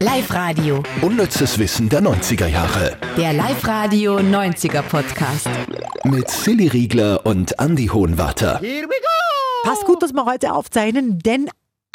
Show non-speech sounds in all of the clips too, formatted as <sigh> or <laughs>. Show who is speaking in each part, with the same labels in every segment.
Speaker 1: Live-Radio.
Speaker 2: Unnützes Wissen der 90er Jahre.
Speaker 1: Der Live-Radio 90er Podcast.
Speaker 2: Mit Silly Riegler und Andy Hohenwarter.
Speaker 3: Passt gut, dass wir heute aufzeichnen, denn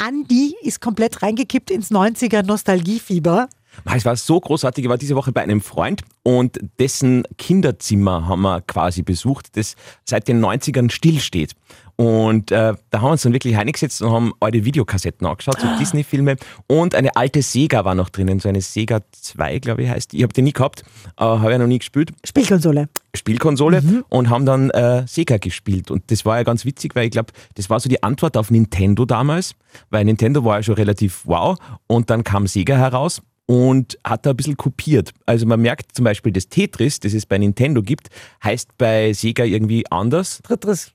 Speaker 3: Andy ist komplett reingekippt ins 90er Nostalgiefieber.
Speaker 4: Es war so großartig. Ich war diese Woche bei einem Freund und dessen Kinderzimmer haben wir quasi besucht, das seit den 90ern stillsteht. Und äh, da haben wir uns dann wirklich hineingesetzt und haben alte Videokassetten angeschaut, so Disney-Filme. Und eine alte Sega war noch drinnen, so eine Sega 2, glaube ich, heißt die. Ich habe die nie gehabt, äh, habe ja noch nie gespielt.
Speaker 3: Spielkonsole.
Speaker 4: Spielkonsole und haben dann äh, Sega gespielt. Und das war ja ganz witzig, weil ich glaube, das war so die Antwort auf Nintendo damals, weil Nintendo war ja schon relativ wow und dann kam Sega heraus und hat da ein bisschen kopiert. Also man merkt zum Beispiel das Tetris, das es bei Nintendo gibt, heißt bei Sega irgendwie anders.
Speaker 3: Drittes.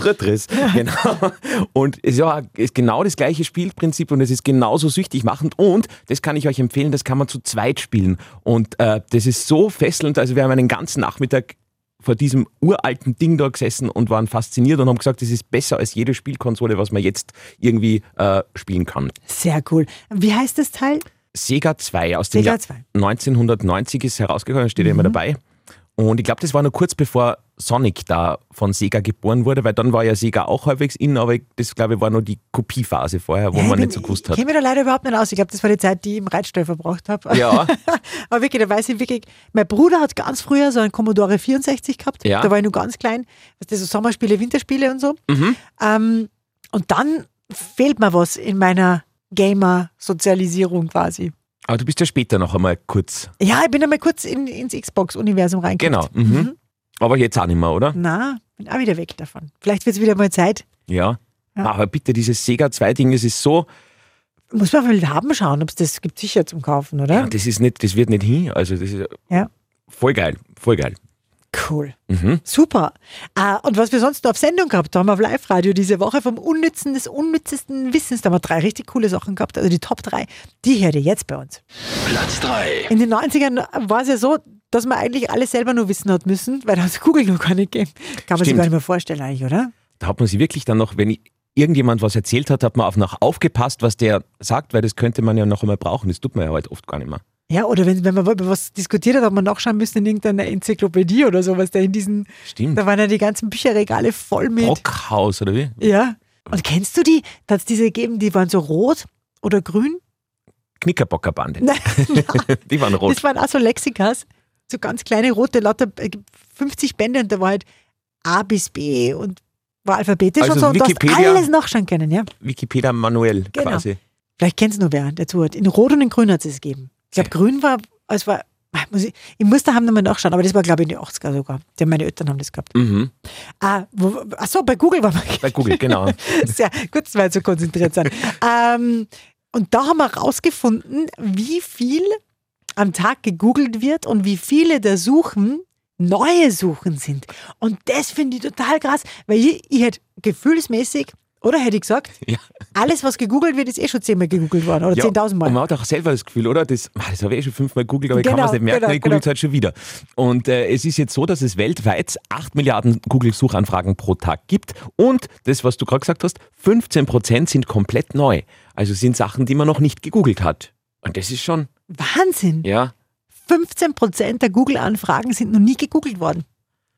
Speaker 4: Tetris, genau. Und es ist, ja, ist genau das gleiche Spielprinzip und es ist genauso süchtig machend. Und das kann ich euch empfehlen, das kann man zu zweit spielen. Und äh, das ist so fesselnd. Also wir haben einen ganzen Nachmittag vor diesem uralten Ding da gesessen und waren fasziniert und haben gesagt, das ist besser als jede Spielkonsole, was man jetzt irgendwie äh, spielen kann.
Speaker 3: Sehr cool. Wie heißt das Teil?
Speaker 4: Sega 2 aus dem
Speaker 3: Sega
Speaker 4: Jahr
Speaker 3: 2.
Speaker 4: 1990 ist herausgekommen, steht ja
Speaker 3: Mhm.
Speaker 4: immer dabei. Und ich glaube, das war nur kurz bevor Sonic da von Sega geboren wurde, weil dann war ja Sega auch halbwegs in, aber ich- das glaube ich war nur die Kopiephase vorher, wo
Speaker 3: Ja, ich
Speaker 4: man
Speaker 3: bin-
Speaker 4: nicht so gewusst
Speaker 3: Ich
Speaker 4: hat.
Speaker 3: kenne mich da leider überhaupt nicht aus. Ich glaube, das war die Zeit, die ich im Reitstall verbraucht habe.
Speaker 4: Ja.
Speaker 3: <laughs> Aber wirklich, da weiß ich wirklich, mein Bruder hat ganz früher so einen Commodore 64 gehabt.
Speaker 4: Ja.
Speaker 3: Da war ich nur ganz klein. Weißt du, so Sommerspiele, Winterspiele und so.
Speaker 4: Mhm.
Speaker 3: Ähm, und dann fehlt mir was in meiner Gamer-Sozialisierung quasi.
Speaker 4: Aber du bist ja später noch einmal kurz.
Speaker 3: Ja, ich bin einmal kurz in, ins Xbox-Universum reingekommen.
Speaker 4: Genau. Mhm. Aber jetzt auch nicht mehr, oder?
Speaker 3: Na, bin auch wieder weg davon. Vielleicht wird es wieder mal Zeit.
Speaker 4: Ja.
Speaker 3: Ja.
Speaker 4: Aber bitte, dieses Sega 2-Ding, das ist so,
Speaker 3: Muss man mal haben schauen, ob es das gibt sicher zum Kaufen, oder?
Speaker 4: ja, das ist nicht, das wird nicht hin. Also das ist
Speaker 3: Ja.
Speaker 4: voll geil, voll geil. Mhm.
Speaker 3: Cool. Super. Ah, und was wir sonst noch auf Sendung gehabt haben, auf Live-Radio diese Woche vom unnützen des unnützesten Wissens, da haben wir drei richtig coole Sachen gehabt, also die Top 3, die hört ihr jetzt bei uns.
Speaker 2: Platz 3.
Speaker 3: In den 90ern war es ja so, dass man eigentlich alles selber nur wissen hat müssen, weil da hat es Google noch gar nicht gegeben. Kann man sich
Speaker 4: Stimmt.
Speaker 3: gar nicht mehr vorstellen eigentlich, oder?
Speaker 4: Da hat man sich wirklich dann noch, wenn i- irgendjemand was erzählt hat, hat man auch noch aufgepasst, was der sagt, weil das könnte man ja noch einmal brauchen. Das tut man ja heute oft gar nicht mehr.
Speaker 3: Ja, oder wenn, wenn man über was diskutiert hat, hat man nachschauen müssen in irgendeiner Enzyklopädie oder sowas, da in diesen,
Speaker 4: Stimmt.
Speaker 3: da waren ja die ganzen Bücherregale voll mit.
Speaker 4: Brockhaus oder wie?
Speaker 3: Ja. Und kennst du die? Da hat es diese gegeben, die waren so rot oder grün. <laughs>
Speaker 4: Knickerbockerbande. <laughs>
Speaker 3: Nein,
Speaker 4: Die waren rot.
Speaker 3: Das waren auch so Lexikas, so ganz kleine rote, lauter äh, 50 Bände und da war halt A bis B und war alphabetisch
Speaker 4: Also
Speaker 3: und so und du hast
Speaker 4: Wikipedia.
Speaker 3: alles nachschauen können, ja.
Speaker 4: Wikipedia manuell
Speaker 3: Genau.
Speaker 4: quasi.
Speaker 3: Vielleicht kennt es nur wer, der zuhört. In Rot und in Grün hat es gegeben. Ich glaube, Grün war, es war, ah, muss ich, ich muss daheim nochmal nachschauen, aber das war, glaube ich, in den 80er sogar. Denn meine Eltern haben das gehabt.
Speaker 4: Mhm.
Speaker 3: Ah, wo, achso, bei Google war man <laughs>
Speaker 4: Bei Google, genau.
Speaker 3: Sehr gut, weil so konzentriert sein. ähm, und da haben wir herausgefunden, wie viel am Tag gegoogelt wird und wie viele der Suchen neue Suchen sind. Und das finde ich total krass, weil ich, ich hätte gefühlsmäßig, oder hätte ich gesagt,
Speaker 4: Ja.
Speaker 3: alles, was gegoogelt wird, ist eh schon zehnmal gegoogelt worden oder
Speaker 4: Ja,
Speaker 3: zehntausendmal.
Speaker 4: Und man hat auch selber das Gefühl, oder? Das, ah, das habe ich eh schon fünfmal googelt, aber ich kann
Speaker 3: Genau,
Speaker 4: es nicht merken,
Speaker 3: genau,
Speaker 4: ich google
Speaker 3: genau.
Speaker 4: es halt schon wieder. Und äh, es ist jetzt so, dass es weltweit 8 Milliarden Google-Suchanfragen pro Tag gibt. Und das, was du gerade gesagt hast, 15 Prozent sind komplett neu. Also sind Sachen, die man noch nicht gegoogelt hat. Und das ist schon,
Speaker 3: Wahnsinn.
Speaker 4: ja.
Speaker 3: 15 Prozent der Google-Anfragen sind noch nie gegoogelt worden.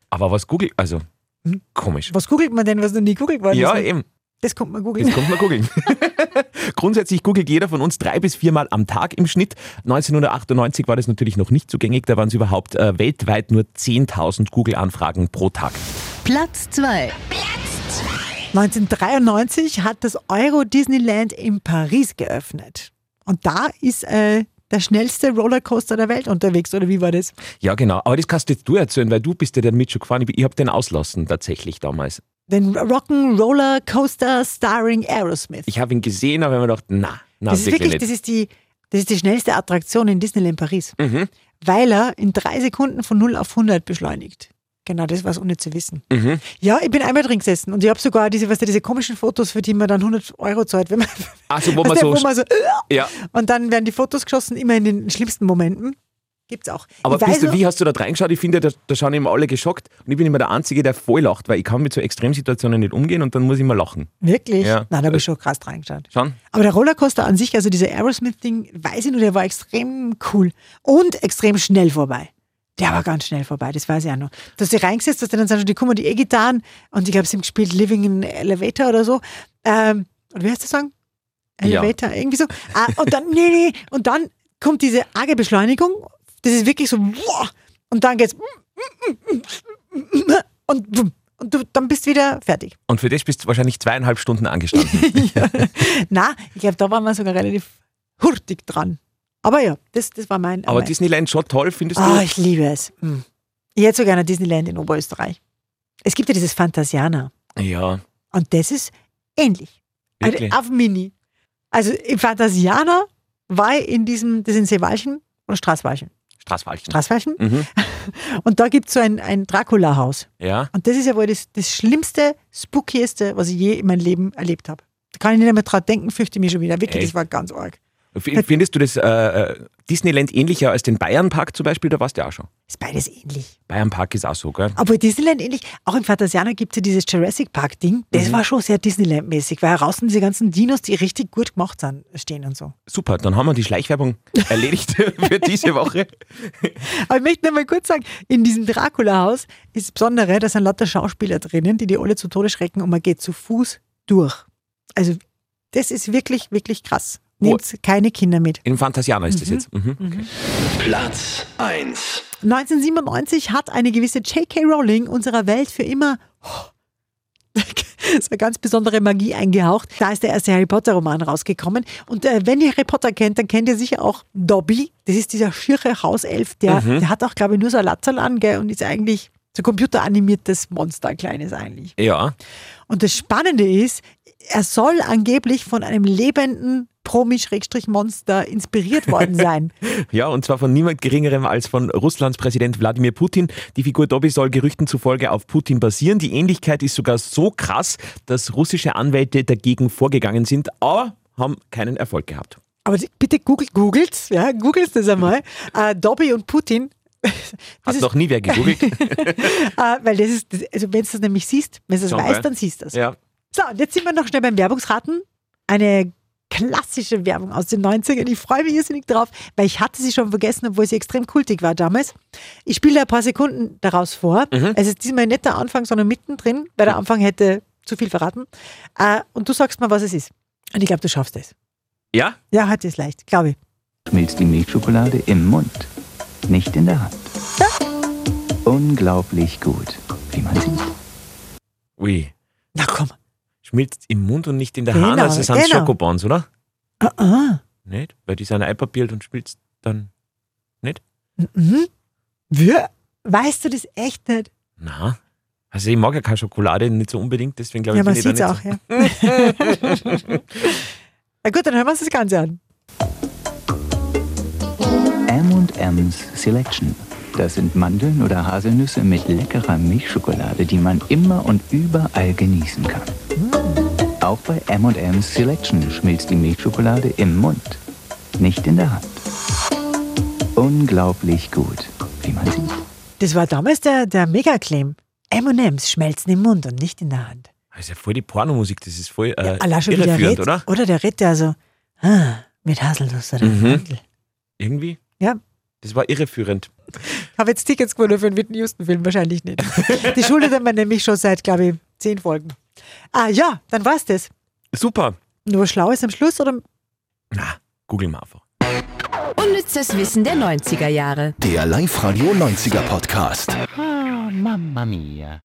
Speaker 4: Aber was Google, also
Speaker 3: Hm?
Speaker 4: komisch.
Speaker 3: Was googelt man denn, was noch nie gegoogelt worden
Speaker 4: Ja,
Speaker 3: ist?
Speaker 4: eben.
Speaker 3: Das kommt man googeln.
Speaker 4: Jetzt kommt man
Speaker 3: <laughs>
Speaker 4: googeln. Grundsätzlich googelt jeder von uns drei bis viermal am Tag im Schnitt. 1998 war das natürlich noch nicht zugänglich, da waren es überhaupt äh, weltweit nur 10.000 Google-Anfragen pro Tag.
Speaker 1: Platz 2.
Speaker 3: 1993 hat das Euro Disneyland in Paris geöffnet. Und da ist äh, der schnellste Rollercoaster der Welt unterwegs, oder wie war das?
Speaker 4: Ja, genau. Aber das kannst jetzt du erzählen, weil du bist ja damit schon gefahren. Ich, bin- ich habe den auslassen tatsächlich damals.
Speaker 3: Den Rock'n'Roller Coaster starring Aerosmith.
Speaker 4: Ich habe ihn gesehen, aber ich habe mir gedacht, na, na,
Speaker 3: das ist wirklich, das
Speaker 4: nicht.
Speaker 3: ist, die, das ist die schnellste Attraktion in Disneyland Paris,
Speaker 4: Mhm.
Speaker 3: weil er in drei Sekunden von 0 auf 100 beschleunigt. Genau, das war es ohne zu wissen.
Speaker 4: Mhm.
Speaker 3: Ja, ich bin einmal drin gesessen und ich habe sogar diese, weißt du, diese komischen Fotos, für die man dann 100 Euro zahlt, wenn man, <laughs>
Speaker 4: Also, wo man
Speaker 3: weißt du,
Speaker 4: so.
Speaker 3: wo man so
Speaker 4: ja,
Speaker 3: Und dann werden die Fotos geschossen, immer in den schlimmsten Momenten. Gibt's auch.
Speaker 4: Aber
Speaker 3: ich weiß
Speaker 4: bist du,
Speaker 3: noch-
Speaker 4: wie hast du da reingeschaut? Ich finde, da, da schauen immer alle geschockt und ich bin immer der Einzige, der voll lacht, weil ich kann mit so Extremsituationen nicht umgehen und dann muss ich immer lachen.
Speaker 3: Wirklich?
Speaker 4: Ja. Äh,
Speaker 3: Nein, da habe ich schon krass reingeschaut.
Speaker 4: Schon?
Speaker 3: Aber der Rollercoaster an sich, also dieser Aerosmith-Ding, weiß ich nur, der war extrem cool und extrem schnell vorbei. Der war ganz schnell vorbei, das weiß ich auch noch. Du hast dich reingesetzt, hast dann sind schon die Kummer, die E-Gitarren und ich glaube, sie haben gespielt Living in Elevator oder so. Ähm, und wie heißt der Song?
Speaker 4: Ja.
Speaker 3: Elevator, irgendwie so. Ah, und dann, <laughs> nee, nee, und dann kommt diese arge Beschleunigung. Das ist wirklich so, boah, und dann geht's mm, und, bumm. und du, dann bist du wieder fertig.
Speaker 4: Und für dich bist du wahrscheinlich zweieinhalb Stunden angestanden.
Speaker 3: Na, ich glaube, da waren wir sogar relativ hurtig dran. Aber ja, das, das war mein.
Speaker 4: Aber
Speaker 3: mein-
Speaker 4: Disneyland schon toll, findest
Speaker 3: Ah,
Speaker 4: du?
Speaker 3: ich liebe es. Hm. Ich hätte so gerne Disneyland in Oberösterreich. Es gibt ja dieses Fantasiana.
Speaker 4: Ja,
Speaker 3: Und das ist ähnlich. Also
Speaker 4: wirklich.
Speaker 3: auf Mini. Also im Fantasiana war ich in diesem, das sind Seewalchen oder Straßwalchen.
Speaker 4: Straßwaldchen.
Speaker 3: Straßwalchen.
Speaker 4: Mhm.
Speaker 3: Und da gibt es so ein, ein Dracula-Haus.
Speaker 4: Ja,
Speaker 3: Und das ist ja wohl das, das Schlimmste, Spookieste, was ich je in meinem Leben erlebt habe. Da kann ich nicht mehr dran denken, fürchte mich schon wieder. Wirklich,
Speaker 4: Echt?
Speaker 3: das war ganz arg.
Speaker 4: F- Findest du das äh, äh, Disneyland ähnlicher als den Bayernpark zum Beispiel? Da warst du ja auch schon.
Speaker 3: Ist beides ähnlich.
Speaker 4: Bayernpark ist auch so, gell?
Speaker 3: Aber Disneyland ähnlich, auch im Fantasiana gibt es ja dieses Jurassic Park-Ding. Das war schon sehr Disneyland-mäßig, weil draußen diese ganzen Dinos, die richtig gut gemacht sind, stehen und so.
Speaker 4: Super, dann haben wir die Schleichwerbung erledigt für diese Woche.
Speaker 3: Aber ich möchte noch mal kurz sagen, in diesem Dracula-Haus ist das Besondere, da sind lauter Schauspieler drinnen, die die alle zu Tode schrecken und man geht zu Fuß durch. Also das ist wirklich, wirklich krass.
Speaker 4: Wo-
Speaker 3: Nehmt keine Kinder mit.
Speaker 4: In Fantasiana ist das jetzt. Mhm.
Speaker 2: Platz 1.
Speaker 3: 1997 hat eine gewisse J.K. Rowling unserer Welt für immer <laughs> so eine ganz besondere Magie eingehaucht. Da ist der erste Harry Potter Roman rausgekommen. Und äh, wenn ihr Harry Potter kennt, dann kennt ihr sicher auch Dobby. Das ist dieser schiere Hauself, der, der hat auch, glaube ich, nur so ein Latzerl an gell, und ist eigentlich so ein computeranimiertes Monster, ein kleines eigentlich.
Speaker 4: Ja,
Speaker 3: Und das Spannende ist, er soll angeblich von einem lebenden Promi-Monster inspiriert worden sein.
Speaker 4: ja, und zwar von niemand Geringerem als von Russlands Präsident Wladimir Putin. Die Figur Dobby soll Gerüchten zufolge auf Putin basieren. Die Ähnlichkeit ist sogar so krass, dass russische Anwälte dagegen vorgegangen sind, aber haben keinen Erfolg gehabt.
Speaker 3: Aber die- bitte googelt, googelt's, ja, googelt's das
Speaker 4: <laughs>
Speaker 3: einmal. äh, Dobby und Putin. Das
Speaker 4: Hat
Speaker 3: ist,
Speaker 4: noch nie
Speaker 3: <laughs>
Speaker 4: wer gegoogelt.
Speaker 3: äh, weil das ist, das, also wenn du das nämlich siehst, wenn du das
Speaker 4: Schon
Speaker 3: weißt,
Speaker 4: geil.
Speaker 3: dann siehst du das.
Speaker 4: ja.
Speaker 3: So, und jetzt sind wir noch schnell beim Werbungsraten. Eine klassische Werbung aus den 90ern. Ich freue mich irrsinnig drauf, weil ich hatte sie schon vergessen, obwohl sie extrem kultig war damals. Ich spiele da ein paar Sekunden daraus vor.
Speaker 4: Mhm.
Speaker 3: Es ist diesmal nicht der Anfang, sondern mittendrin, weil der Anfang hätte zu viel verraten. Äh, und du sagst mal, was es ist. Und ich glaube, du schaffst es.
Speaker 4: Ja?
Speaker 3: Ja, heute ist leicht, glaube ich.
Speaker 5: schmilzt die Milchschokolade im Mund, nicht in der Hand. Unglaublich gut, wie man sieht.
Speaker 4: Ui.
Speaker 3: Na komm.
Speaker 4: Schmilzt im Mund und nicht in der
Speaker 3: Genau,
Speaker 4: Hand. Also sind
Speaker 3: genau.
Speaker 4: Schokobons, oder?
Speaker 3: Ah, ah.
Speaker 4: Nicht? Weil die sind einpapiert und schmilzt dann.
Speaker 3: Mhm. Wir? Weißt du das echt nicht?
Speaker 4: Na. Also ich mag ja keine Schokolade, nicht so unbedingt, deswegen glaube
Speaker 3: ja,
Speaker 4: ich, bin
Speaker 3: man
Speaker 4: ich da
Speaker 3: sieht's
Speaker 4: nicht
Speaker 3: auch, ja.
Speaker 4: <laughs>
Speaker 3: Na gut, dann hören wir uns das Ganze an.
Speaker 5: M&M's Selection. Das sind Mandeln oder Haselnüsse mit leckerer Milchschokolade, die man immer und überall genießen kann. Auch bei M&M's Selection schmilzt die Milchschokolade im Mund, nicht in der Hand. Unglaublich gut, wie man sieht.
Speaker 3: Das war damals der, der Mega-Claim. M&M's schmelzen im Mund und nicht in der Hand.
Speaker 4: so. Das Ah, ist ja voll die Pornomusik, das ist voll äh,
Speaker 3: Allah schon wieder
Speaker 4: irreführend,
Speaker 3: redet.
Speaker 4: oder?
Speaker 3: Oder der redet ja so, ah, mit Haselnuss oder
Speaker 4: Mhm.
Speaker 3: Mandel.
Speaker 4: Irgendwie?
Speaker 3: Ja.
Speaker 4: Das war irreführend.
Speaker 3: Ich habe jetzt Tickets gewonnen für den Whitney Houston-Film, wahrscheinlich
Speaker 4: <laughs>
Speaker 3: nicht. Die schuldet er mir nämlich schon seit, glaube ich, zehn Folgen. Ah ja, dann war's das.
Speaker 4: Super.
Speaker 3: Nur schlau ist am Schluss oder
Speaker 4: Na, googeln wir einfach.
Speaker 1: Unnützes Wissen der 90er Jahre.
Speaker 2: Der Live-Radio 90er Podcast.
Speaker 5: Mamma mia.